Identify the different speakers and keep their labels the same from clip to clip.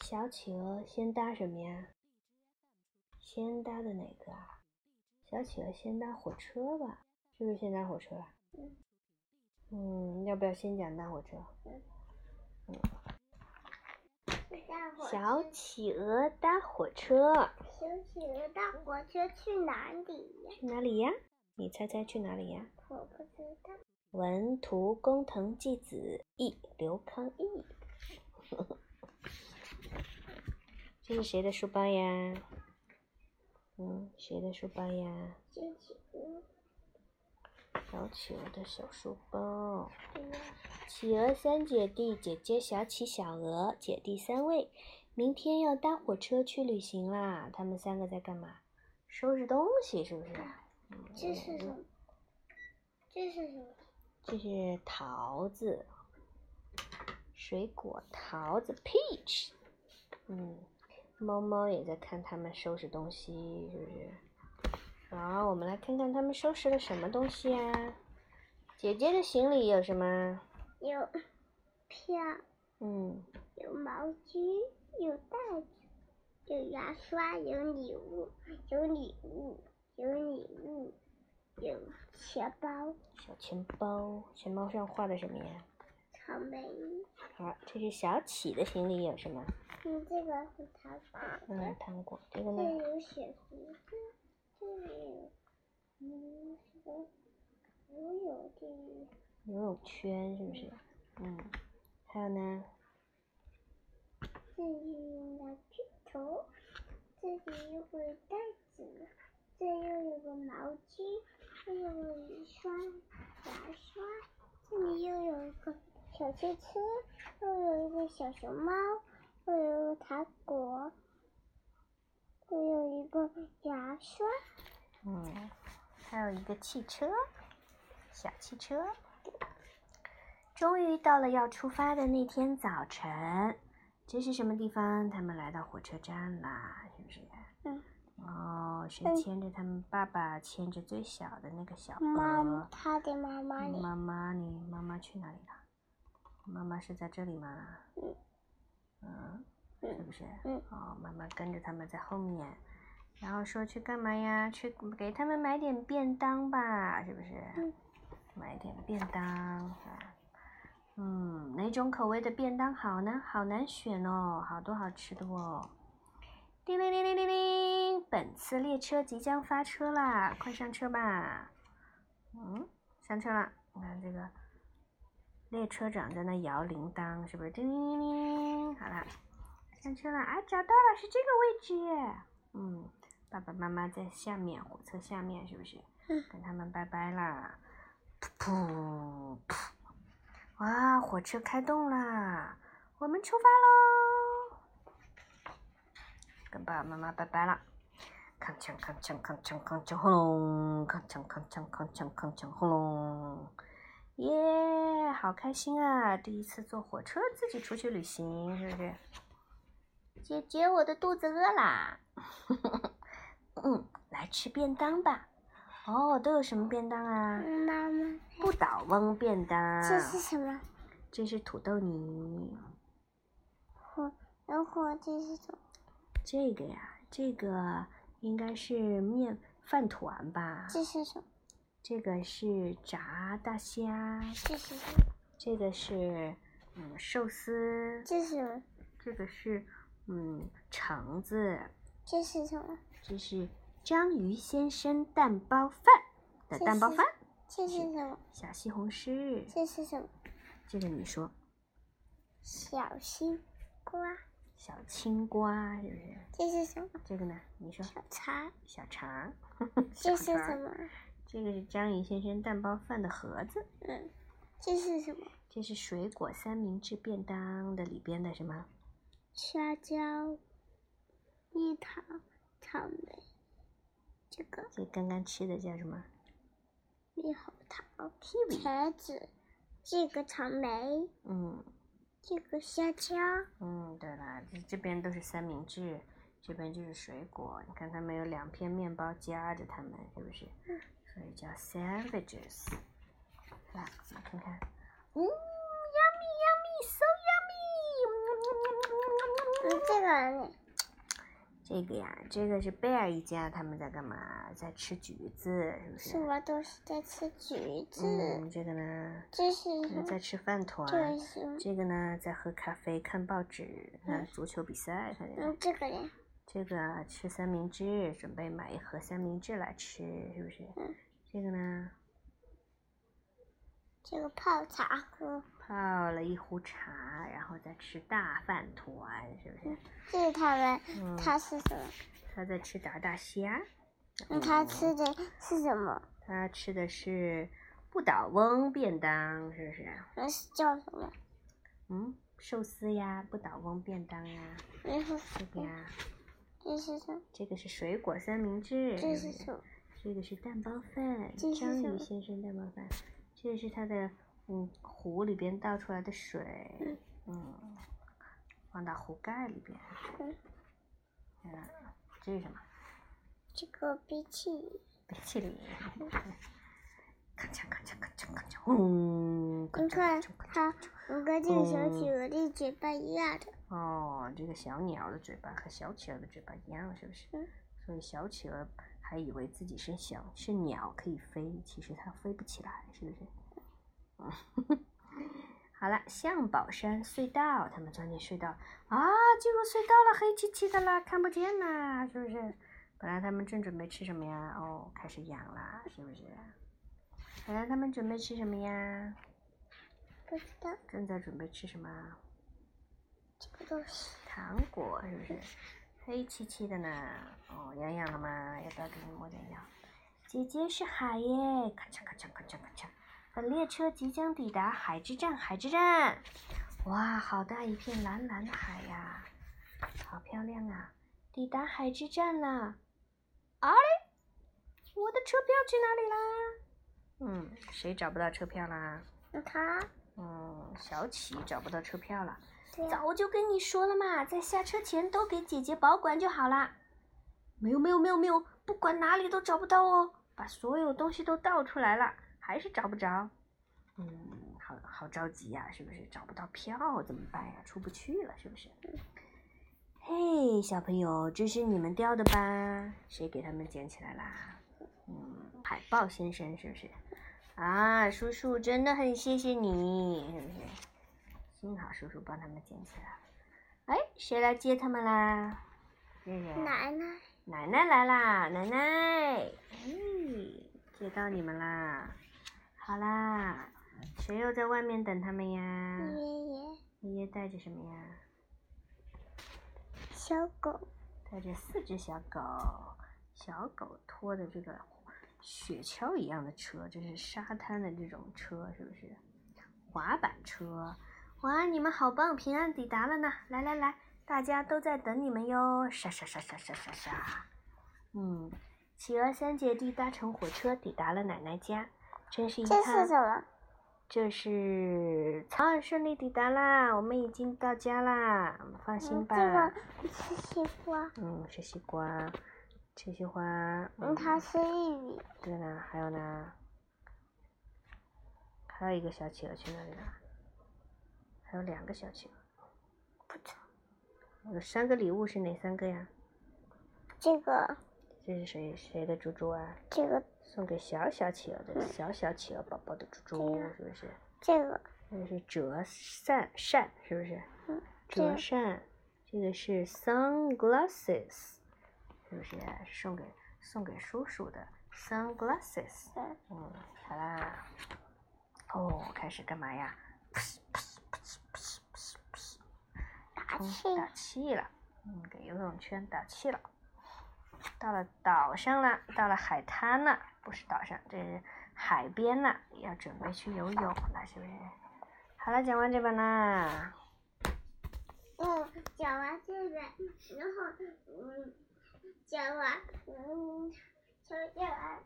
Speaker 1: 小企鹅先搭什么呀？先搭的哪个啊？小企鹅先搭火车吧，是不是先搭火车啊？
Speaker 2: 嗯
Speaker 1: 嗯，要不要先讲搭火车？
Speaker 2: 大火
Speaker 1: 小企鹅搭火车
Speaker 2: 小企鹅大火车去哪里呀？
Speaker 1: 去哪里呀？你猜猜去哪里呀？
Speaker 2: 我不知道。
Speaker 1: 文图工藤纪子译，刘康 E 译。 这是谁的书包呀？嗯，谁的书包呀？
Speaker 2: 小企鹅，
Speaker 1: 小企鹅的小书包。
Speaker 2: 嗯
Speaker 1: 企鹅三姐弟，姐姐小企、小鹅，姐弟三位，明天要搭火车去旅行啦。他们三个在干嘛？收拾东西是不嗯是？
Speaker 2: 这是什么？这是什么？
Speaker 1: 这是桃子，水果桃子 peach。嗯，猫猫也在看他们收拾东西，是不是？好，我们来看看他们收拾了什么东西啊？姐姐的行李有什么？
Speaker 2: 有票，
Speaker 1: 嗯，
Speaker 2: 有毛巾，有袋子，有牙刷，有礼物，有礼物，有礼物，有钱包，
Speaker 1: 小钱包，钱包上画的什么呀？
Speaker 2: 草莓。
Speaker 1: 好，这是小启的行李有什么？
Speaker 2: 嗯，这个是糖果
Speaker 1: 嗯，糖果。这个
Speaker 2: 这
Speaker 1: 呢？
Speaker 2: 里有雪梨的，这里有，嗯，什么游泳的，
Speaker 1: 游泳圈是不是？嗯，还有呢？
Speaker 2: 这里有奶瓶头，这里有个袋子，这又有个毛巾，这又有一双牙刷，这里又有一个小汽车，又有一个小熊猫，又有个糖果，又有一个牙刷，
Speaker 1: 嗯，还有一个汽车，小汽车。终于到了要出发的那天早晨，这是什么地方？他们来到火车站啦，是不是？
Speaker 2: 嗯。
Speaker 1: 哦，谁
Speaker 2: 嗯
Speaker 1: 牵着他们爸爸牵着最小的那个小鹅？啊
Speaker 2: 妈，他的妈妈呢？
Speaker 1: 妈妈，你妈妈去哪里了？妈妈是在这里吗？
Speaker 2: 嗯
Speaker 1: 嗯，是
Speaker 2: 嗯
Speaker 1: 不是？
Speaker 2: 嗯
Speaker 1: 哦，妈妈跟着他们在后面，然后说去干嘛呀？去给他们买点便当吧，是不是？
Speaker 2: 嗯
Speaker 1: 买点便当啊。嗯，哪种口味的便当好呢？好难选哦，好多好吃的哦。叮铃铃铃铃铃，本次列车即将发车啦，快上车吧。嗯，上车了。你看这个列车长在那摇铃铛，是不是？叮铃铃铃，好啦，上车了。啊，找到了，是这个位置。嗯，爸爸妈妈在下面，火车下面，是不是？
Speaker 2: 嗯
Speaker 1: 跟他们拜拜啦。噗噗噗！哇，火车开动啦，我们出发喽！跟爸爸妈妈拜拜了。铿锵铿锵铿锵铿锵轰隆，铿锵铿锵铿锵铿锵轰隆，耶，好开心啊！第一次坐火车自己出去旅行，是不是？姐姐，我的肚子饿啦。嗯，来吃便当吧。哦，都有什么便当啊？
Speaker 2: 嗯妈妈，
Speaker 1: 不倒翁便当，
Speaker 2: 这是什么？
Speaker 1: 这是土豆泥。
Speaker 2: 火，然后这是什么？
Speaker 1: 这个呀，这个应该是面饭团吧？
Speaker 2: 这是什么？
Speaker 1: 这个是炸大虾，
Speaker 2: 这是什么？
Speaker 1: 这个是嗯寿司，
Speaker 2: 这是什么？
Speaker 1: 这个是嗯橙子，
Speaker 2: 这是什么？
Speaker 1: 这是章鱼先生蛋包饭的
Speaker 2: 这
Speaker 1: 蛋包
Speaker 2: 是
Speaker 1: 饭，
Speaker 2: 这是什么？
Speaker 1: 小西红柿，
Speaker 2: 这是什么？
Speaker 1: 这个你说
Speaker 2: 小西瓜。
Speaker 1: 小青瓜是不是？
Speaker 2: 这是什么？
Speaker 1: 这个呢？你说
Speaker 2: 小茶。
Speaker 1: 小肠， 小
Speaker 2: 这是
Speaker 1: 肠
Speaker 2: 什么？
Speaker 1: 这个是章鱼先生蛋包饭的盒子，
Speaker 2: 嗯，这是什么？
Speaker 1: 这是水果三明治便当的里边的什么？
Speaker 2: 香蕉、蜜桃、草莓，这个
Speaker 1: 这刚刚吃的叫什么？
Speaker 2: 猕猴桃、茄子，这个草莓，
Speaker 1: 嗯
Speaker 2: 这个香蕉。
Speaker 1: 嗯，对了，这这边都是三明治，这边就是水果。你看他们有两片面包夹着他们，是不是？
Speaker 2: 嗯
Speaker 1: 所以叫 sandwiches。来，我们看看，嗯，yummy yummy so yummy。
Speaker 2: 嗯，这个个
Speaker 1: 这个呀，这个是贝尔一家他们在干嘛？在吃橘子，是不
Speaker 2: 什
Speaker 1: 是？
Speaker 2: 么都是在吃橘子，
Speaker 1: 嗯，这个呢，
Speaker 2: 这是
Speaker 1: 嗯在吃饭团。
Speaker 2: 这是
Speaker 1: 这个呢，在喝咖啡、看报纸、看足球比赛，看见没
Speaker 2: 嗯这个嘞，
Speaker 1: 这个啊吃三明治，准备买一盒三明治来吃，是不是？
Speaker 2: 嗯
Speaker 1: 这个呢，
Speaker 2: 这个泡茶喝，
Speaker 1: 泡了一壶茶，然后再吃大饭团，是不是？
Speaker 2: 这是他们，
Speaker 1: 嗯，
Speaker 2: 他是什么？
Speaker 1: 他在吃炸大虾。
Speaker 2: 那他
Speaker 1: 嗯
Speaker 2: 吃的是什么？
Speaker 1: 他吃的是不倒翁便当，是不是？
Speaker 2: 那是叫什么？
Speaker 1: 嗯，寿司呀，不倒翁便当呀，
Speaker 2: 然后
Speaker 1: 这个呀，
Speaker 2: 嗯这是什么？
Speaker 1: 这个是水果三明治，
Speaker 2: 这
Speaker 1: 是不
Speaker 2: 是
Speaker 1: 是
Speaker 2: 什么？
Speaker 1: 这个是蛋包饭
Speaker 2: 这，是
Speaker 1: 章
Speaker 2: 什
Speaker 1: 鱼
Speaker 2: 么
Speaker 1: 先生蛋包饭，这是他的嗯壶里边倒出来的水，嗯，放到壶盖里边，
Speaker 2: 嗯
Speaker 1: 嗯，这是什么？
Speaker 2: 这个冰淇淋，
Speaker 1: 冰淇淋，
Speaker 2: 嗯
Speaker 1: 咔嚓咔嚓咔嚓咔嚓，轰，咔
Speaker 2: 你
Speaker 1: 嚓咔
Speaker 2: 看
Speaker 1: 嚓咔嚓。
Speaker 2: 它，我跟这个小
Speaker 1: 嗯
Speaker 2: 企鹅的嘴巴一样的，
Speaker 1: 哦，这个小鸟的嘴巴和小企鹅的嘴巴一样，是不是？
Speaker 2: 嗯
Speaker 1: 所以小企鹅还以为自己是小是鸟可以飞，其实它飞不起来，是不是？嗯，好了，象宝山隧道，他们钻进隧道啊，进入隧道了，黑漆漆的啦，看不见啦，是不是？本来他们正准备吃什么呀？哦，开始痒啦，是不是？本来他们准备吃什么呀？
Speaker 2: 不知道
Speaker 1: 正在准备吃什么啊？
Speaker 2: 这个东西。
Speaker 1: 糖果是不是？黑漆漆的呢。哦，痒痒了吗？要不要给你抹点药？姐姐是海耶！咔嚓咔嚓咔嚓咔嚓！本列车即将抵达海之站，海之站！哇，好大一片蓝蓝的海呀、好漂亮啊！抵达海之站了。啊嘞，我的车票去哪里啦？嗯，谁找不到车票啦？
Speaker 2: 那它，
Speaker 1: 嗯，小启找不到车票了。
Speaker 2: 对呀，
Speaker 1: 早就跟你说了嘛，在下车前都给姐姐保管就好啦。没有没有没有没有，不管哪里都找不到哦，把所有东西都倒出来了，还是找不着。嗯，好好着急呀、是不是？找不到票怎么办呀？出不去了，是不是？嘿，小朋友，这是你们掉的吧？谁给他们捡起来啦？嗯，海豹先生是不是？啊，叔叔真的很谢谢你，是不是？幸好叔叔帮他们捡起来了。哎，谁来接他们啦？是谁啊？
Speaker 2: 奶奶，
Speaker 1: 奶奶来啦，奶奶，哎，
Speaker 2: 嗯
Speaker 1: 接到你们啦。好啦，谁又在外面等他们呀？
Speaker 2: 爷爷，
Speaker 1: 爷爷带着什么呀？
Speaker 2: 小狗，
Speaker 1: 带着四只小狗，小狗拖着这个雪橇一样的车，这是沙滩的这种车，是不是？滑板车，哇，你们好棒，平安抵达了呢！来来来，大家都在等你们哟！沙沙沙沙沙沙沙。嗯，企鹅三姐弟搭乘火车抵达了奶奶家，真是一
Speaker 2: 这是
Speaker 1: 趟
Speaker 2: 什么？
Speaker 1: 这是啊，顺利抵达啦！我们已经到家啦，放心
Speaker 2: 嗯，
Speaker 1: 吧。
Speaker 2: 这个是西瓜，
Speaker 1: 嗯，吃西瓜，吃西瓜。
Speaker 2: 嗯，它是玉米，
Speaker 1: 对呢，还有呢，还有一个小企鹅去哪里了？还有两个小企
Speaker 2: 不错。
Speaker 1: 鹅，有三个礼物是哪三个呀？
Speaker 2: 这个
Speaker 1: 这是谁谁的猪猪啊？
Speaker 2: 这个
Speaker 1: 送给小小企鹅的小小企鹅宝宝的猪猪
Speaker 2: 对呀
Speaker 1: 是不是？
Speaker 2: 这个
Speaker 1: 这个是折扇扇是不是？
Speaker 2: 嗯
Speaker 1: 折
Speaker 2: 对
Speaker 1: 扇，这个是 sunglasses，是不是啊、送给送给叔叔的 sunglasses？
Speaker 2: 嗯
Speaker 1: 嗯，好啦。哦，开始干嘛呀？
Speaker 2: 打
Speaker 1: 嗯
Speaker 2: 气，
Speaker 1: 打气了，嗯，给游泳圈打气了。到了岛上了，到了海滩了，不是岛上，这是海边了，要准备去游泳了，是不是？好了，讲完这本啦。
Speaker 2: 嗯，讲完这个，然后嗯，讲完嗯，讲完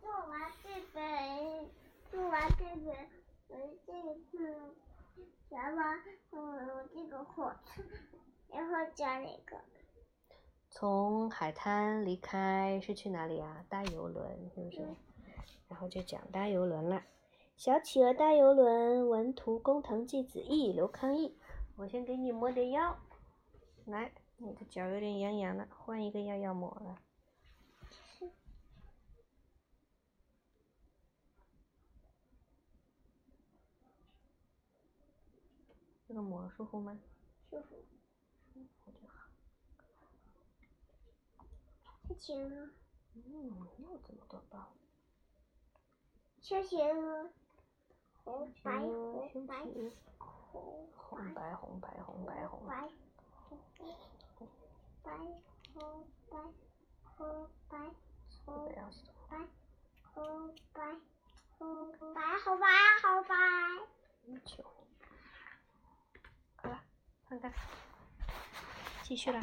Speaker 2: 做完这个，做完这个，嗯，这个嗯，讲完嗯这个火车，然后讲哪个？
Speaker 1: 从海滩离开是去哪里啊？搭游轮是不是？
Speaker 2: 嗯
Speaker 1: 然后就讲搭游轮了。小企鹅搭游轮，文图工藤纪子译，刘康义。我先给你抹点药，来，你的脚有点痒痒的，换一个药药抹了。这个抹舒服吗？
Speaker 2: 舒服，
Speaker 1: 舒服就好。
Speaker 2: 太甜了，
Speaker 1: 嗯，又这么多包。
Speaker 2: 休息了，红白
Speaker 1: 嗯
Speaker 2: 红白
Speaker 1: 休息
Speaker 2: 红
Speaker 1: 红
Speaker 2: 白
Speaker 1: 白红白红白红白。
Speaker 2: 白白红白红白红
Speaker 1: 不要说
Speaker 2: 白红白红白红白红白，
Speaker 1: 很久。好了，看看，继续啦。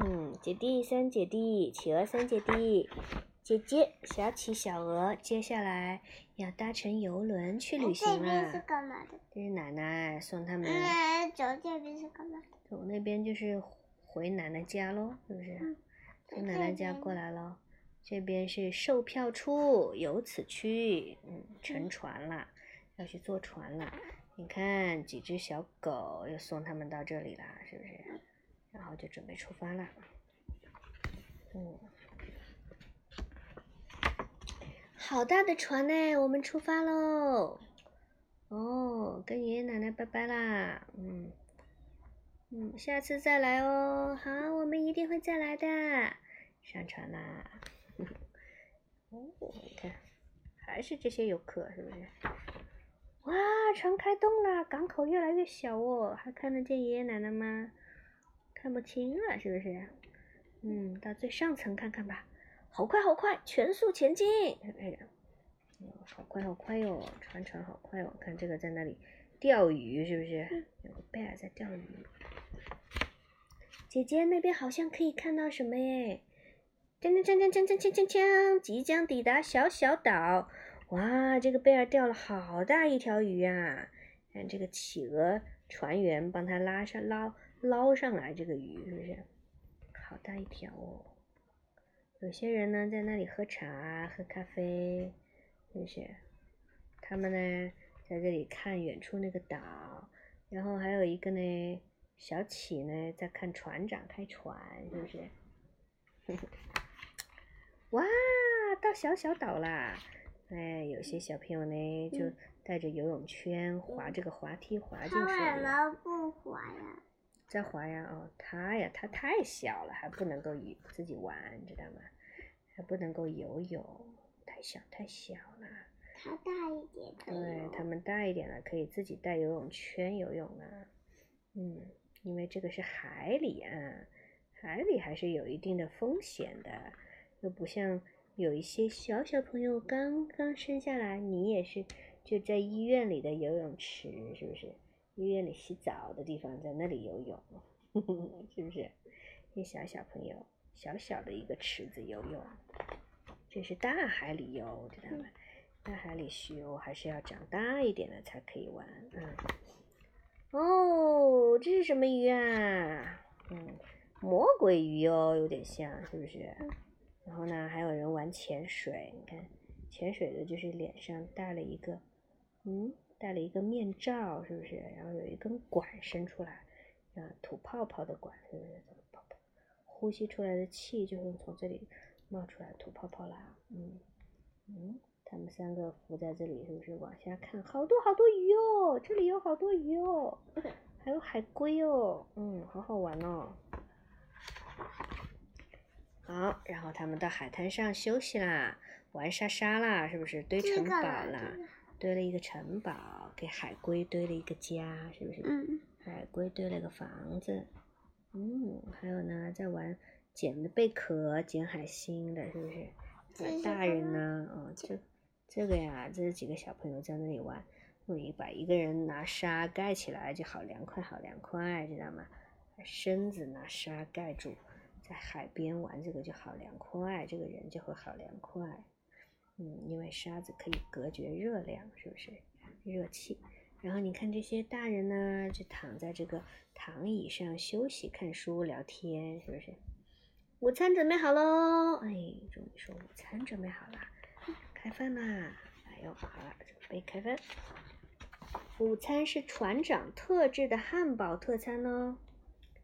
Speaker 1: 嗯，姐弟三姐弟，企鹅三姐弟，姐姐小企小鹅，接下来要搭乘游轮去旅
Speaker 2: 哎这
Speaker 1: 行啊
Speaker 2: 边是
Speaker 1: 啦。
Speaker 2: 干嘛的？
Speaker 1: 这是奶奶送他们
Speaker 2: 嗯，走这边是干嘛的？
Speaker 1: 走那边，就是回奶奶家喽，是不是？
Speaker 2: 嗯
Speaker 1: 从奶奶家过来了，这边是售票处，由此区，嗯，乘
Speaker 2: 嗯
Speaker 1: 船啦，要去坐船啦。你看，几只小狗又送他们到这里啦，是不是？然后就准备出发啦。嗯，好大的船呢，我们出发喽！哦，跟爷爷奶奶拜拜啦，嗯。嗯，下次再来哦。好，我们一定会再来的。上船啦！哦， 你看，还是这些游客，是不是？哇，船开动了，港口越来越小哦，还看得见爷爷奶奶吗？看不清了，是不是？嗯，到最上层看看吧。好快，好快，全速前进！哎呀，哦好快，好快哟、船船好快哦！看这个在那里钓鱼，是不是？有个贝尔在钓鱼。姐姐那边好像可以看到什么耶！锵锵锵锵锵锵锵锵锵！即将抵达小小岛。哇，这个贝尔钓了好大一条鱼啊！看这个企鹅船员帮他拉上捞捞上来这个鱼，是不是？好大一条哦！有些人呢在那里喝茶、喝咖啡，是不是？他们呢在这里看远处那个岛，然后还有一个呢小企呢在看船长开船，是不是？ 哇，到小小岛啦！哎，有些小朋友呢就
Speaker 2: 嗯
Speaker 1: 带着游泳圈滑这个滑梯滑进
Speaker 2: 他
Speaker 1: 水
Speaker 2: 为
Speaker 1: 里。
Speaker 2: 么不滑呀？
Speaker 1: 在华阳哦，他呀，他太小了，还不能够游自己玩，你知道吗？还不能够游泳，太小太小了。
Speaker 2: 他大一点可以
Speaker 1: 对
Speaker 2: 吗
Speaker 1: 他们大一点了，可以自己带游泳圈游泳了。嗯，因为这个是海里啊，海里还是有一定的风险的，又不像有一些小小朋友刚刚生下来，你也是就在医院里的游泳池，是不是？医院里洗澡的地方，在那里游泳， 是不是？一小小朋友，小小的一个池子游泳，这是大海里游，知道吗？大海里游还是要长大一点了才可以玩，嗯。哦，这是什么鱼啊？嗯，魔鬼鱼哦，有点像，是不是？然后呢，还有人玩潜水，你看，潜水的就是脸上戴了一个，嗯，戴了一个面罩，是不是？然后有一根管伸出来，啊，吐泡泡的管，是不是？泡泡，呼吸出来的气就会从这里冒出来吐泡泡啦，嗯，嗯。他们三个浮在这里，是不是往下看？好多好多鱼哦，这里有好多鱼哦，还有海龟哦，嗯，好好玩哦。好，然后他们到海滩上休息啦，玩沙沙啦，是不是堆
Speaker 2: 这
Speaker 1: 城
Speaker 2: 个
Speaker 1: 堡
Speaker 2: 啦
Speaker 1: 啦？
Speaker 2: 这个
Speaker 1: 堆了一个城堡，给海龟堆了一个家，是不是？
Speaker 2: 嗯，
Speaker 1: 海龟堆哎了个房子。嗯，还有呢，在玩捡的贝壳、捡海星的，是不是？
Speaker 2: 这
Speaker 1: 玩
Speaker 2: 是
Speaker 1: 大
Speaker 2: 什
Speaker 1: 人
Speaker 2: 么
Speaker 1: 呢，哦，这这个呀，这几个小朋友在那里玩，弄一把一个人拿沙盖起来就好凉快，好凉快，知道吗？身子拿沙盖住，在海边玩这个就好凉快，这个人就会好凉快。嗯，因为沙子可以隔绝热量，是不是？热气。然后你看这些大人呢，就躺在这个躺椅上休息、看书、聊天，是不是？午餐准备好喽！哎，终于说午餐准备好啦，开饭啦！哎呦，好了，准备开饭。午餐是船长特制的汉堡特餐哦。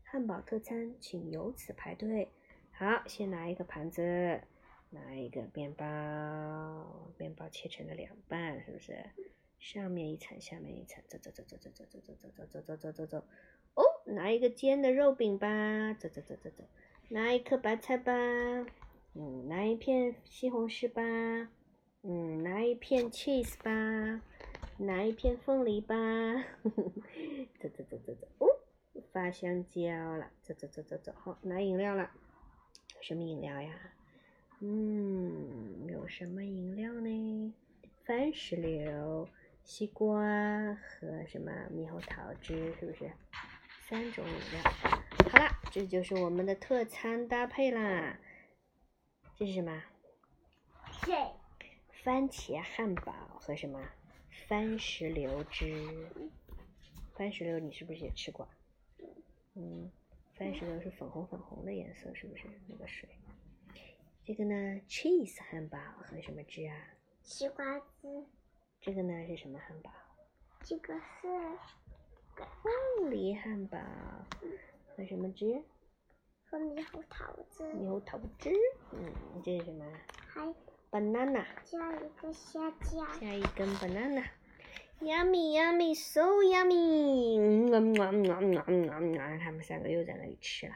Speaker 1: 汉堡特餐，请由此排队。好，先拿一个盘子，拿一个面包，面包切成了两半，是不是？上面一层，下面一层，走走走走走走走走走走走走走走走。哦，拿一个煎的肉饼吧，走走走走走。拿一颗白菜吧，嗯，拿一片西红柿吧，嗯，拿一片 cheese 吧，拿一片凤梨吧。走走走走走，哦，发香蕉了，走走走走走，好，拿饮料了。什么饮料呀？嗯，有什么饮料呢？番石榴、西瓜和什么猕猴桃汁，是不是？三种饮料。好啦，这就是我们的特餐搭配啦。这是什么？
Speaker 2: 水，
Speaker 1: 番茄汉堡和什么？番石榴汁。番石榴你是不是也吃过啊？嗯，番石榴是粉红粉红的颜色，是不是那个水？这个呢，cheese 汉堡和什么汁啊？
Speaker 2: 西瓜汁，
Speaker 1: 这个呢是什么汉堡？
Speaker 2: 这个是
Speaker 1: 凤梨汉堡和什么汁？
Speaker 2: 和猕猴桃汁，
Speaker 1: 牛头汁。嗯，这是什么啊
Speaker 2: 还
Speaker 1: ？banana。
Speaker 2: 加一个虾酱，
Speaker 1: 下一根 banana。Yummy, yummy, so yummy！嗯嗯嗯嗯嗯嗯嗯，他们三个又在那里吃了。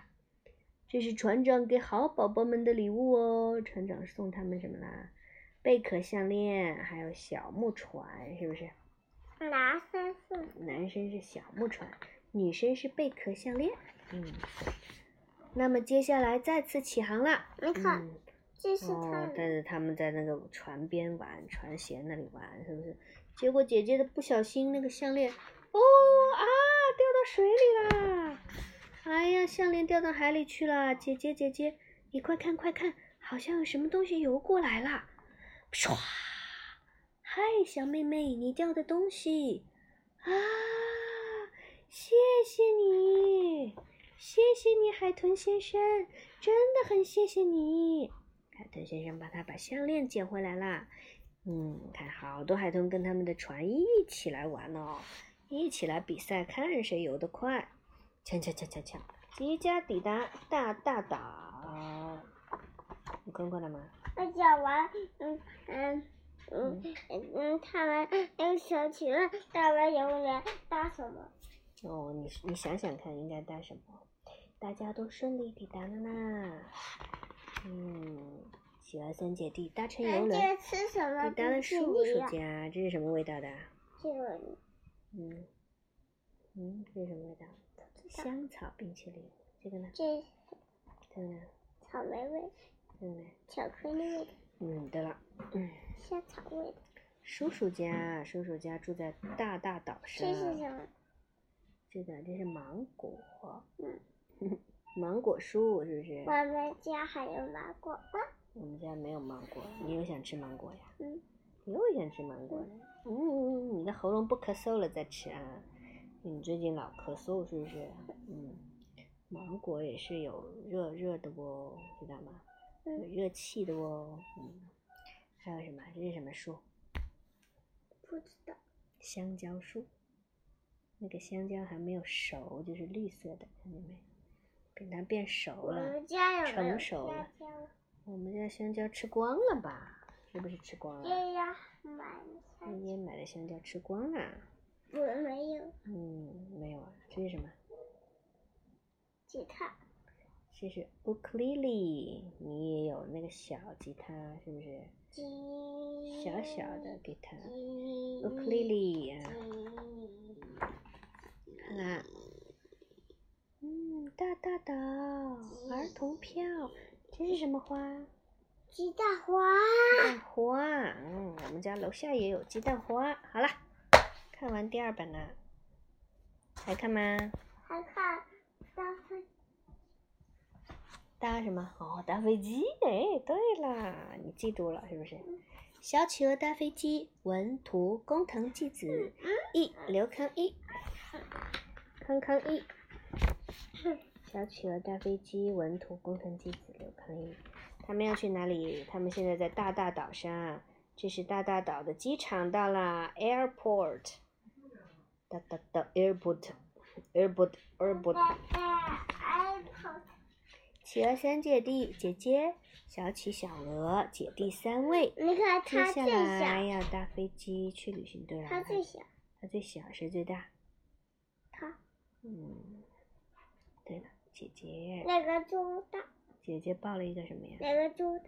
Speaker 1: 这是船长给好宝宝们的礼物哦。船长送他们什么啦？贝壳项链，还有小木船，是不是？
Speaker 2: 拿三份，
Speaker 1: 男生是小木船，女生是贝壳项链。嗯。那么接下来再次起航了。
Speaker 2: 你看，
Speaker 1: 嗯
Speaker 2: 这是它
Speaker 1: 哦，带着他们在那个船边玩，船舷那里玩，是不是？结果姐姐的不小心那个项链，哦啊，掉到水里啦！哎呀，项链掉到海里去了！姐姐姐姐，你快看快看，好像有什么东西游过来啦！唰！嗨，小妹妹，你掉的东西啊！谢谢你，谢谢你，海豚先生，真的很谢谢你。海豚先生帮他把项链捡回来啦。嗯，看好多海豚跟他们的船一起来玩哦，一起来比赛，看谁游得快。锵锵锵锵锵，即将抵达大大岛。你看过了吗？
Speaker 2: 我讲完，嗯嗯嗯嗯，他们那个小企鹅带完游乐园搭什么？
Speaker 1: 哦，你你想想看，应该搭什么？大家都顺利抵达了呢。嗯，企鹅三姐弟搭乘游
Speaker 2: 人
Speaker 1: 轮
Speaker 2: 家吃什么
Speaker 1: 抵
Speaker 2: 不
Speaker 1: 达了
Speaker 2: 是
Speaker 1: 叔叔
Speaker 2: 你呀？
Speaker 1: 家，这是什么味道的啊？
Speaker 2: 这个
Speaker 1: 嗯，嗯，这是什么味道？香草冰淇淋。这个呢？嗯
Speaker 2: 这是
Speaker 1: 这个呢？
Speaker 2: 草莓味、
Speaker 1: 这个呢？
Speaker 2: 巧克力味、
Speaker 1: 嗯，对了，嗯，
Speaker 2: 香草味的，
Speaker 1: 叔叔家，叔叔家住在大大岛上
Speaker 2: 这。是什么？
Speaker 1: 这个这是芒果，
Speaker 2: 嗯，
Speaker 1: 芒果树是不是？
Speaker 2: 我们家还有芒果吗？
Speaker 1: 我们家没有芒果，你又想吃芒果呀？
Speaker 2: 嗯，
Speaker 1: 你又想吃芒果了？嗯，你的喉咙不咳嗽了再吃啊？你最近老咳嗽是不 是？嗯，芒果也是有热热的哦，知道吗？
Speaker 2: 嗯
Speaker 1: 有热气的哦。嗯，还有什么？这是什么树？
Speaker 2: 不知道。
Speaker 1: 香蕉树，那个香蕉还没有熟，就是绿色的，看见没？等它变熟
Speaker 2: 我
Speaker 1: 了，
Speaker 2: 们家有没有
Speaker 1: 成熟
Speaker 2: 香
Speaker 1: 了
Speaker 2: 蕉？
Speaker 1: 我们家香蕉吃光了吧？是不是吃光了？
Speaker 2: 也要买香
Speaker 1: 今天买的香蕉吃光了？
Speaker 2: 我没有
Speaker 1: 嗯，没有啊。这是什么？
Speaker 2: 吉他，
Speaker 1: 这是乌克丽丽，你也有那个小吉他是不是？
Speaker 2: 吉
Speaker 1: 小小的吉他，
Speaker 2: 吉
Speaker 1: 乌克丽丽啊。
Speaker 2: 吉
Speaker 1: 看看，嗯，大大岛儿童票，这是什么花？
Speaker 2: 鸡蛋花，
Speaker 1: 鸡蛋花，嗯，我们家楼下也有鸡蛋花。好了，看完第二本了，还看吗？
Speaker 2: 还看大飞
Speaker 1: 搭什么？哦，搭飞机。哎，对啦，你记住了是不是？小企鹅搭飞机，文图工藤纪子，一刘康一，康康一。小企鹅搭飞机，文图工藤纪子，刘康一。他们要去哪里？他们现在在大大岛上，这是大大岛的机场到啦，airport。哒哒哒，airport，airport，airport。
Speaker 2: 爸爸，Apple
Speaker 1: 企鹅三姐弟姐姐，小企小鹅姐弟三位。
Speaker 2: 你看
Speaker 1: 接
Speaker 2: 它
Speaker 1: 下
Speaker 2: 最
Speaker 1: 来
Speaker 2: 小，
Speaker 1: 要搭飞机去旅行，对
Speaker 2: 它
Speaker 1: 吧？
Speaker 2: 最小，
Speaker 1: 它最小，谁最大？
Speaker 2: 它
Speaker 1: 嗯，对了，姐姐，
Speaker 2: 那个猪大，
Speaker 1: 姐姐报了一个什么呀？
Speaker 2: 那个猪大，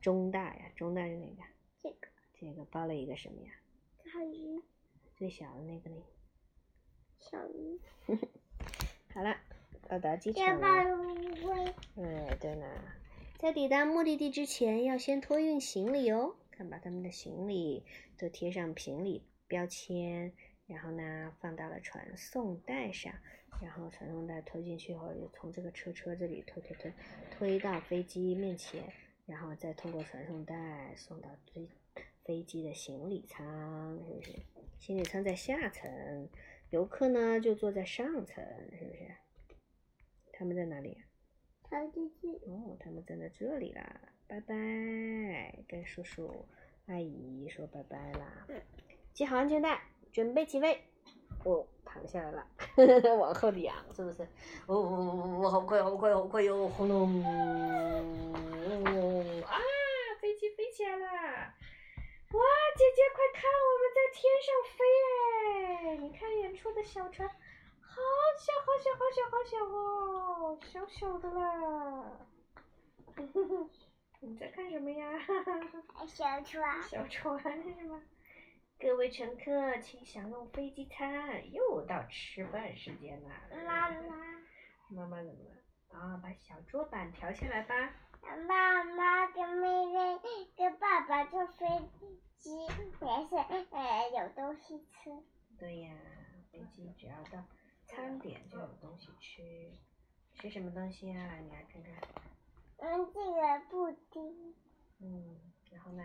Speaker 1: 中大呀，中大是哪个？
Speaker 2: 这个
Speaker 1: 这个报了一个什么呀？
Speaker 2: 大鱼，
Speaker 1: 最小的那个呢？
Speaker 2: 小鱼，
Speaker 1: 好了，到达机
Speaker 2: 要
Speaker 1: 场
Speaker 2: 不
Speaker 1: 了。
Speaker 2: 然乌龟，
Speaker 1: 哎，对啦，在抵达目的地之前，要先托运行李哦。看，把他们的行李都贴上行李标签，然后呢，放到了传送带上，然后传送带推进去后，就从这个车车这里推推推推到飞机面前，然后再通过传送带送到飞飞机的行李舱，是不是？行李舱在下层，游客呢就坐在上层，是不是？他们在哪里啊？
Speaker 2: 小鸡鸡，
Speaker 1: 哦，他们站在这里啦，拜拜，跟叔叔、阿姨说拜拜啦
Speaker 2: 嗯。
Speaker 1: 系好安全带，准备起飞。哦，躺下来了， 往后仰，是不是？哦，哦哦好快，好快，好快哟！轰隆！哦啊，飞机飞起来啦！哇，姐姐快看，我们在天上飞哎！你看远处的小船，好小好小好小好小哦，小小的啦。你在看什么呀？
Speaker 2: 小船，
Speaker 1: 小船是吗？各位乘客，请享用飞机餐。又到吃饭时间啦！
Speaker 2: 妈妈，
Speaker 1: 妈妈怎么了？啊、把小桌板调下来吧。
Speaker 2: 妈妈跟妹妹跟爸爸坐飞机，也是呃有东西吃。
Speaker 1: 对呀，飞机只要到餐点就有东西吃。吃什么东西啊？你来看看。
Speaker 2: 嗯，这个布丁，
Speaker 1: 嗯，然后呢？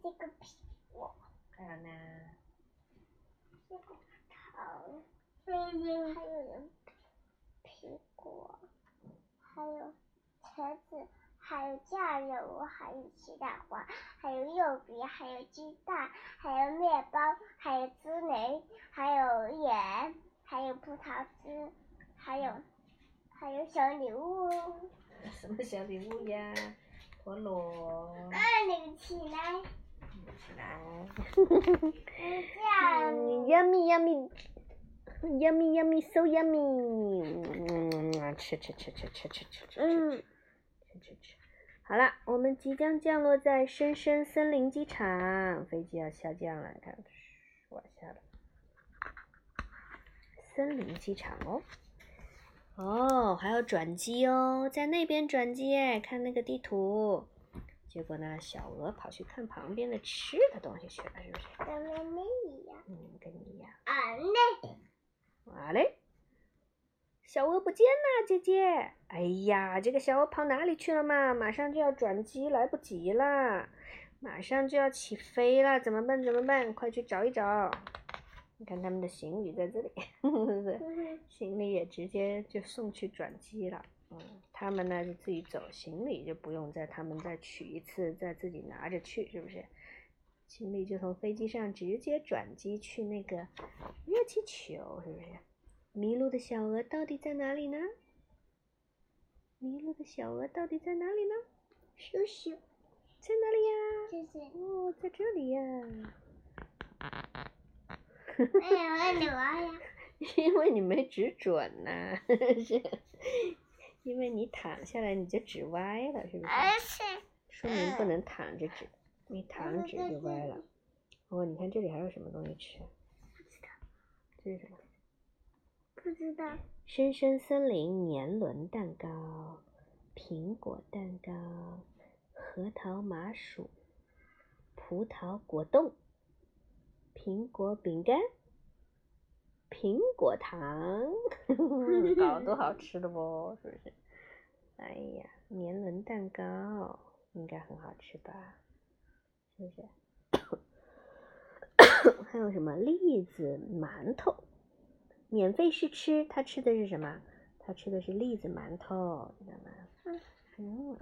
Speaker 2: 这个苹果，
Speaker 1: 还有呢？
Speaker 2: 这个桃，嗯，还有苹果，还有橙子，还有酱油，还有鸡蛋黄，还有柚饼，还有鸡蛋，还有面包，还有芝蕾，还有盐，还有葡萄汁，还有还有小礼物。
Speaker 1: 什么小礼物呀？陀螺。
Speaker 2: 啊，那个起来，
Speaker 1: 起来。
Speaker 2: 嗯，这样。
Speaker 1: yummy yummy yummy yummy so yummy，嗯，吃吃吃吃吃吃吃吃吃吃吃吃。好了，我们即将降落在深深森林机场，飞机要下降了，看，往下了。森林机场哦，哦，还有转机哦，在那边转机哎，看那个地图。结果呢，小鹅跑去看旁边的吃的东西去了，是不是？
Speaker 2: 跟妹妹一样。
Speaker 1: 嗯，跟你一样。
Speaker 2: 啊，那
Speaker 1: 啊嘞，小鹅不见啦，姐姐！哎呀，这个小鹅跑哪里去了嘛？马上就要转机，来不及啦，马上就要起飞啦，怎么办？怎么办？快去找一找！你看他们的行李在这里，是不是？行李也直接就送去转机了。嗯，他们呢就自己走，行李就不用再他们再取一次，再自己拿着去，是不是？行李就从飞机上直接转机去那个热气球，是不是？迷路的小鹅到底在哪里呢？迷路的小鹅到底在哪里呢？
Speaker 2: 叔叔，
Speaker 1: 在哪里呀？
Speaker 2: 这是
Speaker 1: 哦，在这里呀。
Speaker 2: 哎呀，我玩呀，
Speaker 1: 因为你没指准呐、是，因为你躺下来你就指歪了，是不是？
Speaker 2: 而且
Speaker 1: 说明不能躺着指，你躺着指就歪了。
Speaker 2: 嗯
Speaker 1: 哦，你看这里还有什么东西吃？这是什么？
Speaker 2: 不知道，
Speaker 1: 深深森林年轮蛋糕、苹果蛋糕、核桃麻薯、葡萄果冻、苹果饼干、苹果糖， 好多 好吃的哦，是不是？哎呀，年轮蛋糕应该很好吃吧？是不是？还有什么栗子馒头？免费试吃，他吃的是什么？他吃的是栗子馒头，知道啊吗？嗯，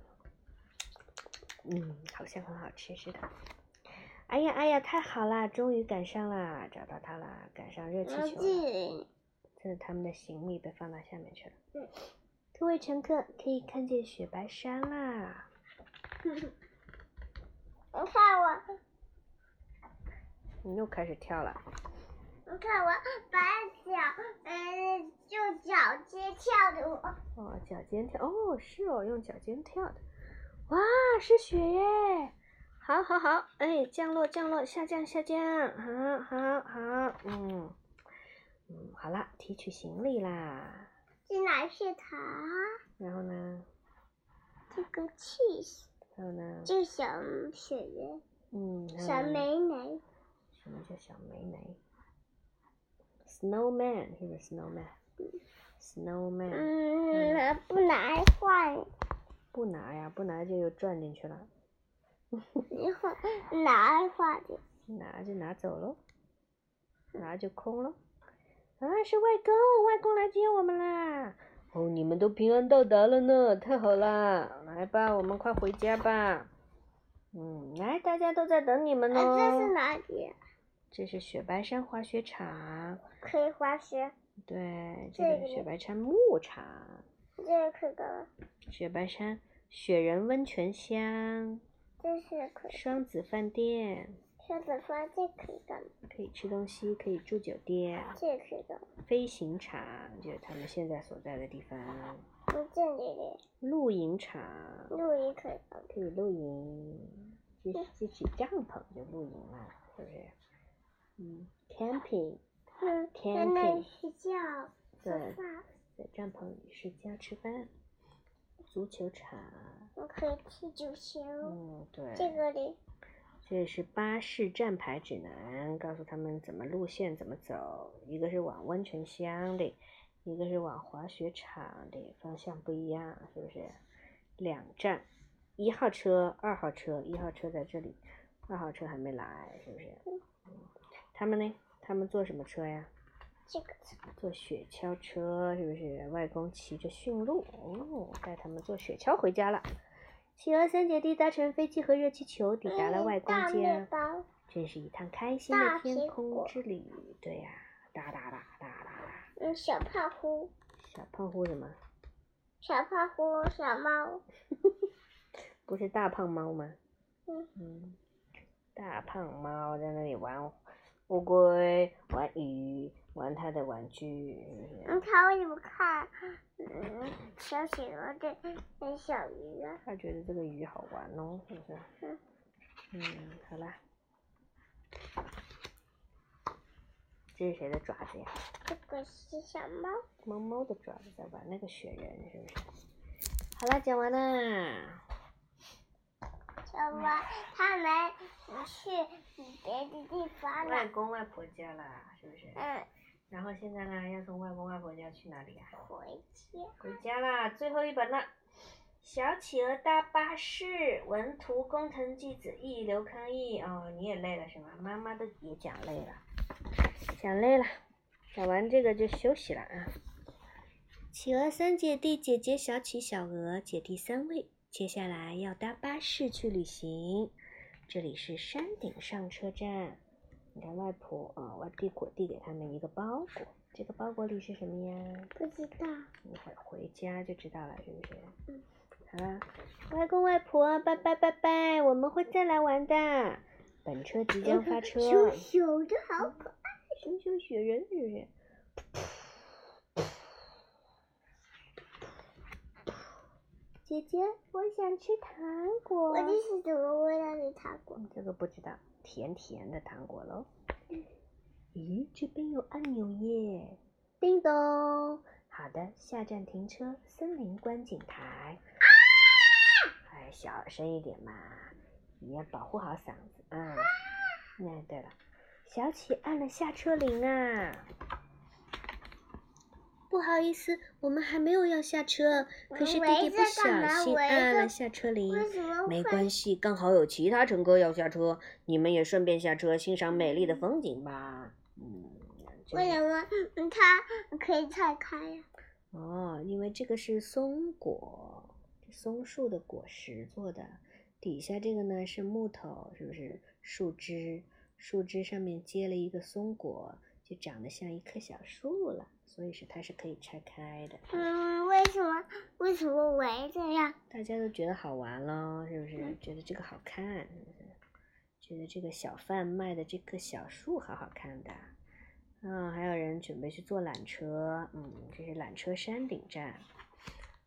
Speaker 1: 嗯，好像很好吃似的。哎呀哎呀，太好啦！终于赶上啦，找到它啦，赶上热气
Speaker 2: 毛
Speaker 1: 球了。
Speaker 2: 巾，
Speaker 1: 这是他们的行李被放到下面去了。
Speaker 2: 嗯
Speaker 1: 各位乘客可以看见雪白山啦。
Speaker 2: 你看我，
Speaker 1: 你又开始跳了，
Speaker 2: 你看我把脚，嗯、用脚尖跳的我，
Speaker 1: 哦，脚尖跳，哦，是哦，用脚尖跳的，哇，是雪耶！好，好，好，哎，降落，降落，下降，下降，好，好，好，嗯，嗯，好啦，提取行李啦。
Speaker 2: 这哪是它？
Speaker 1: 然后呢？
Speaker 2: 这个 cheese，
Speaker 1: 还有呢？
Speaker 2: 这小雪人，
Speaker 1: 嗯，还有
Speaker 2: 小
Speaker 1: 呢
Speaker 2: 美奶，
Speaker 1: 什么叫小梅梅？Snowman 是不是 snowman？Snowman、
Speaker 2: 嗯，不拿换，
Speaker 1: 不拿呀，不拿就又转进去了，
Speaker 2: 一会儿拿换的，
Speaker 1: 拿就拿走喽，拿就空了。啊，是外公，外公来接我们啦！哦，你们都平安到达了呢，太好啦！来吧，我们快回家吧。嗯，来，大家都在等你们呢。
Speaker 2: 啊，这是哪里？
Speaker 1: 这是雪白山滑雪场，
Speaker 2: 可以滑雪，
Speaker 1: 对，这
Speaker 2: 这
Speaker 1: 个
Speaker 2: 个
Speaker 1: 是雪白山牧场。
Speaker 2: 这个可以干嘛？
Speaker 1: 雪白山、雪人温泉乡、
Speaker 2: 这是可以，
Speaker 1: 双子饭店，
Speaker 2: 小紫花这可以干嘛？
Speaker 1: 可以吃东西，可以住酒店，
Speaker 2: 这可以干嘛？
Speaker 1: 飞行场就是他们现在所在的地方，
Speaker 2: 嗯，这里的
Speaker 1: 露营场
Speaker 2: 露营可以干嘛？
Speaker 1: 可以露营，支支起帐篷就露营啦，是不是？嗯，camping
Speaker 2: 嗯，在那里睡觉，吃
Speaker 1: 对
Speaker 2: 饭，
Speaker 1: 在帐篷里睡觉吃饭，足球场，
Speaker 2: 我可以踢足球。
Speaker 1: 嗯，
Speaker 2: 这
Speaker 1: 对，
Speaker 2: 个里，
Speaker 1: 这是巴士站牌指南，告诉他们怎么路线怎么走。一个是往温泉乡的，一个是往滑雪场的，方向不一样，是不是？两站，一号车、二号车，一号车在这里，二号车还没来，是不是？嗯他们呢？他们坐什么车呀？
Speaker 2: 这个车
Speaker 1: 坐雪橇车，是不是？外公骑着驯鹿，哦，带他们坐雪橇回家了。企鹅三姐弟搭乘飞机和热气球抵达了
Speaker 2: 嗯
Speaker 1: 外公
Speaker 2: 大面
Speaker 1: 家，
Speaker 2: 包，
Speaker 1: 真是一趟开心的
Speaker 2: 大
Speaker 1: 天
Speaker 2: 苹
Speaker 1: 空
Speaker 2: 果
Speaker 1: 之旅。对呀、哒哒哒哒哒哒，
Speaker 2: 嗯，小胖虎，
Speaker 1: 小胖虎什么？
Speaker 2: 小胖虎，小猫，
Speaker 1: 不是大胖猫吗？
Speaker 2: 嗯
Speaker 1: 嗯，大胖猫在那里玩乌龟、玩鱼、玩它的玩具，是不是？
Speaker 2: 嗯，它为什么看？嗯，小企鹅的嗯小鱼啊，
Speaker 1: 他觉得这个鱼好玩哦，是不是？
Speaker 2: 嗯
Speaker 1: 嗯，好啦。这是谁的爪子呀？
Speaker 2: 这个是小猫，
Speaker 1: 猫猫的爪子在玩那个雪人，是不是？好啦，讲完啦。
Speaker 2: 小猫，它们去别的地方
Speaker 1: 外
Speaker 2: 了。
Speaker 1: 公外婆家啦，是不是？
Speaker 2: 嗯，
Speaker 1: 然后现在呢，要从外公外婆家去哪里啊？
Speaker 2: 回家。
Speaker 1: 回家啦，最后一本了。小企鹅搭巴士，文图工藤纪子译，刘康义。哦，你也累了是吗？妈妈都也讲累了，讲累了，讲完这个就休息了啊。企鹅三姐弟，姐姐小企、小鹅，姐弟三位，接下来要搭巴士去旅行。这里是山顶上车站，你看外婆啊、外地果递给他们一个包裹，这个包裹里是什么呀？
Speaker 2: 不知道，
Speaker 1: 一会儿回家就知道了，是不是？
Speaker 2: 嗯。
Speaker 1: 好了，外公外婆，拜拜拜拜，我们会再来玩的。本车即将发 车。
Speaker 2: 熊熊的好可爱，
Speaker 1: 熊熊雪人是不是？姐姐，我想吃糖果
Speaker 2: 我这是怎么味道的糖果？
Speaker 1: 这个不知道，甜甜的糖果喽。嗯咦，这边有按钮耶！叮咚，好的，下站停车，森林观景台。哎，小声一点嘛，你要保护好嗓子啊。那对了，小启按了下车铃啊。不好意思，我们还没有要下车，可是弟弟
Speaker 2: 围
Speaker 1: 不
Speaker 2: 着干
Speaker 1: 小
Speaker 2: 嘛
Speaker 1: 心
Speaker 2: 围着
Speaker 1: 按了下车铃。
Speaker 2: 为什么
Speaker 1: 没
Speaker 2: 会？
Speaker 1: 关系，刚好有其他乘客要下车，你们也顺便下车欣赏美丽的风景吧。嗯，这
Speaker 2: 为什么嗯它可以拆开呀？
Speaker 1: 哦，因为这个是松果，松树的果实做的，底下这个呢是木头，是不是？树枝，树枝上面结了一个松果，就长得像一棵小树了，所以是它是可以拆开的。
Speaker 2: 嗯，为什么为什么围着呀？
Speaker 1: 大家都觉得好玩喽，是不是？觉得这个好看，是不是？觉得这个小贩卖的这棵小树好好看的。嗯，还有人准备去坐缆车，嗯，这是缆车山顶站。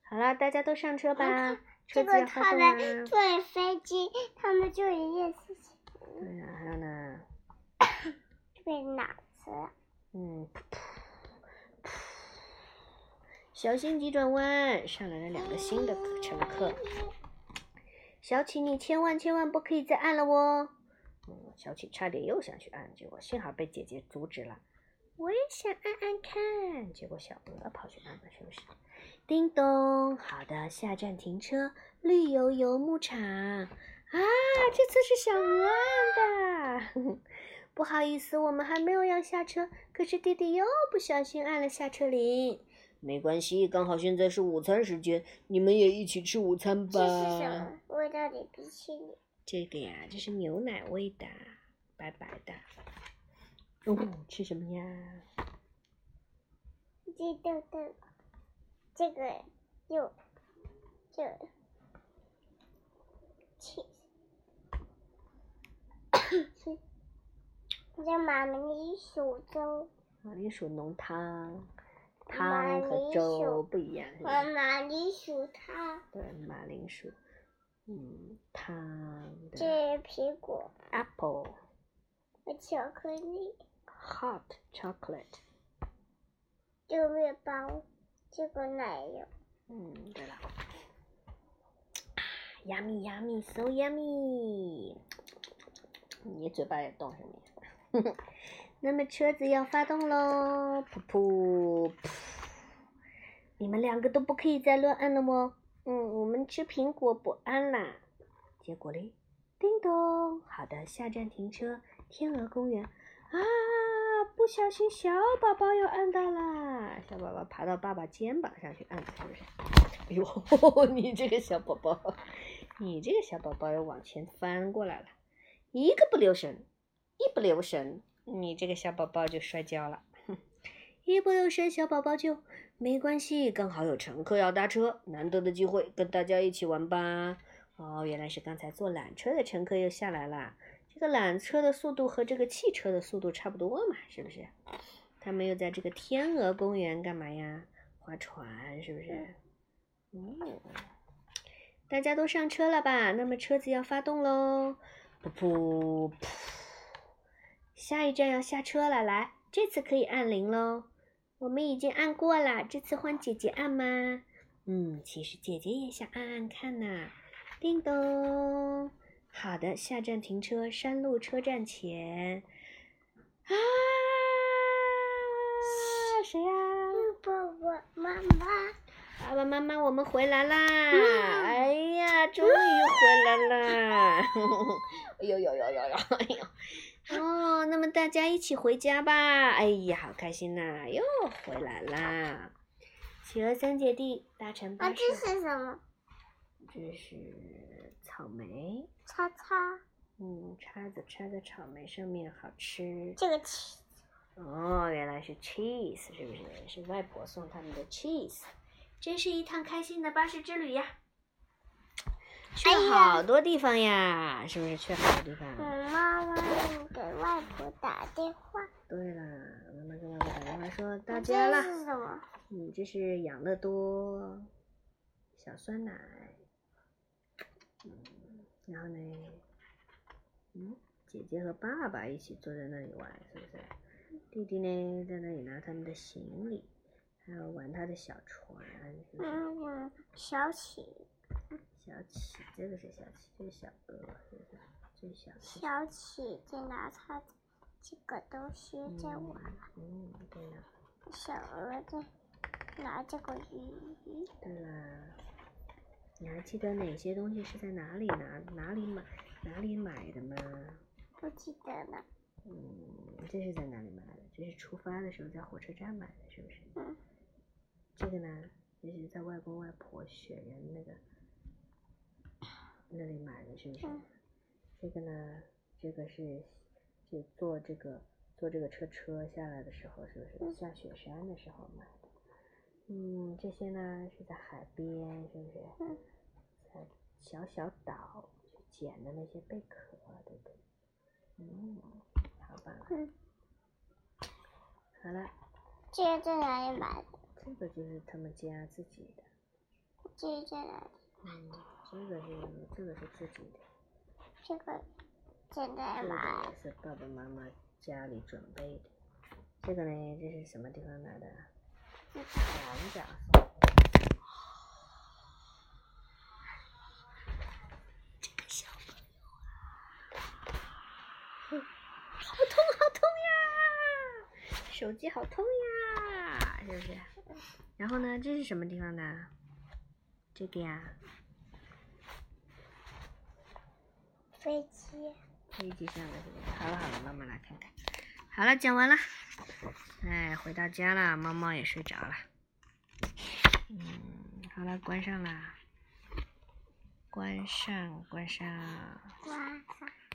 Speaker 1: 好了，大家都上车吧，车
Speaker 2: 结
Speaker 1: 子
Speaker 2: 果
Speaker 1: 要
Speaker 2: 他
Speaker 1: 发动啦。
Speaker 2: 们坐了飞机，他们做一件事情
Speaker 1: 对呀，还有呢，
Speaker 2: 被脑子了。
Speaker 1: 嗯，小心急转弯，上来了两个新的乘客。小启，你千万千万不可以再按了哦。嗯，小启差点又想去按，结果幸好被姐姐阻止了。我也想按按看，结果小鹅跑去按了，是不是？叮咚，好的，下站停车，绿油油牧场。啊，这次是小鹅按的。 不好意思，我们还没有要下车，可是弟弟又不小心按了下车铃。没关系，刚好现在是午餐时间，你们也一起吃午餐
Speaker 2: 这
Speaker 1: 吧。
Speaker 2: 是什么味道的冰淇淋？
Speaker 1: 这个呀，这是牛奶味的，白白的。哦，吃什么呀？
Speaker 2: 这豆豆，这个又这个 cheese，这妈妈你数粥，
Speaker 1: 马铃啊薯浓汤，
Speaker 2: 马
Speaker 1: 汤和
Speaker 2: 铃
Speaker 1: 粥
Speaker 2: 薯
Speaker 1: 不一样。是吧
Speaker 2: 妈妈你数它，
Speaker 1: 对，马铃薯，嗯，汤的
Speaker 2: 这是苹果
Speaker 1: apple
Speaker 2: 和巧克力，
Speaker 1: hot chocolate。
Speaker 2: 这个面包，这个奶油，
Speaker 1: 嗯，对了。Yummy, yummy, so yummy！你嘴巴也动上面。 那么车子要发动喽，噗噗噗！你们两个都不可以再乱按了哦。嗯，我们吃苹果不按啦。结果嘞，叮咚！好的，下站停车，天鹅公园。啊！不小心小宝宝又按到啦，小宝宝爬到爸爸肩膀上去按的，是不是？哎呦， 你这个小宝宝，你这个小宝宝又往前翻过来了，一个不留神，一不留神，你这个小宝宝就摔跤了。 哼一不留神，小宝宝就没关系，刚好有乘客要搭车，难得的机会，跟大家一起玩吧。哦，原来是刚才坐缆车的乘客又下来啦。这个缆车的速度和这个汽车的速度差不多嘛，是不是？他们又在这个天鹅公园干嘛呀？划船是不是？嗯，大家都上车了吧？那么车子要发动喽！噗噗噗！下一站要下车了，来，这次可以按铃喽。我们已经按过了，这次换姐姐按吗？嗯，其实姐姐也想按按看呐、叮咚，好的，下站停车，山路车站前。啊！谁啊呀、
Speaker 2: 爸爸妈妈，
Speaker 1: 爸爸妈妈，我们回来啦！
Speaker 2: 嗯
Speaker 1: 哎呀，终于回来啦！ 哎呦呦呦呦呦！哎呦， 哦，那么大家一起回家吧！哎呀，好开心呐、又回来啦！企鹅三姐弟搭乘
Speaker 2: 啊，
Speaker 1: 巴士
Speaker 2: 这，是什么？
Speaker 1: 这是草莓，
Speaker 2: 叉叉，
Speaker 1: 嗯，叉子插在草莓上面，好吃。
Speaker 2: 这个 cheese，
Speaker 1: 哦，原来是 cheese，是不是？是外婆送他们的 cheese，真是一趟开心的巴士之旅呀！去
Speaker 2: 哎
Speaker 1: 了
Speaker 2: 呀嗯
Speaker 1: 好多地方呀，是不是去了好多地方？
Speaker 2: 我妈妈给外婆打电话。
Speaker 1: 对啦，妈妈跟外婆打电话说到
Speaker 2: 那
Speaker 1: 家
Speaker 2: 这
Speaker 1: 了，
Speaker 2: 是什么？
Speaker 1: 嗯，这是养乐多小酸奶，嗯，然后呢，嗯，姐姐和爸爸一起坐在那里玩，是不是？弟弟呢，在那里拿他们的行李，还有玩他的小船，是不是？
Speaker 2: 嗯，嗯小企，
Speaker 1: 小启，这个是小启，这是小鹅，是不是？这是小启。
Speaker 2: 小企在拿它的这个东西在玩，
Speaker 1: 嗯，嗯对了，
Speaker 2: 小鹅在拿这个鱼。
Speaker 1: 对了。你还记得哪些东西是在哪里拿、哪里买、哪里买的吗？
Speaker 2: 不记得了，
Speaker 1: 嗯，这是在哪里买的？这是出发的时候在火车站买的，是不是？
Speaker 2: 嗯。
Speaker 1: 这个呢，这是在外公外婆雪人那个那里买的，是不是？
Speaker 2: 嗯
Speaker 1: 这个呢，这个是就坐这个坐这个车车下来的时候，是不
Speaker 2: 嗯
Speaker 1: 是下雪山的时候买的？嗯，这些呢是在海边，是不是？
Speaker 2: 嗯
Speaker 1: 在小小岛去捡的那些贝壳，对不对？嗯，好吧，
Speaker 2: 嗯，
Speaker 1: 好了，
Speaker 2: 这个在哪里买的？
Speaker 1: 这个就是他们家自己的。
Speaker 2: 这个在哪里？
Speaker 1: 嗯，这个是这个是自己的，
Speaker 2: 这个在哪
Speaker 1: 这
Speaker 2: 里买
Speaker 1: 个？也是爸爸妈妈家里准备的。这个呢，这是什么地方买的啊？
Speaker 2: 不知
Speaker 1: 羊角送的。这个小朋友啊， 好痛好痛呀！手机好痛呀，是不是？然后呢，这是什么地方的啊？这啊个呀、
Speaker 2: 飞机。
Speaker 1: 飞机上的是不是好了好了，妈妈来看看。好了，讲完了。哎，回到家了，猫猫也睡着了。嗯，好了，关上啦。关上，关上。
Speaker 2: 哇塞！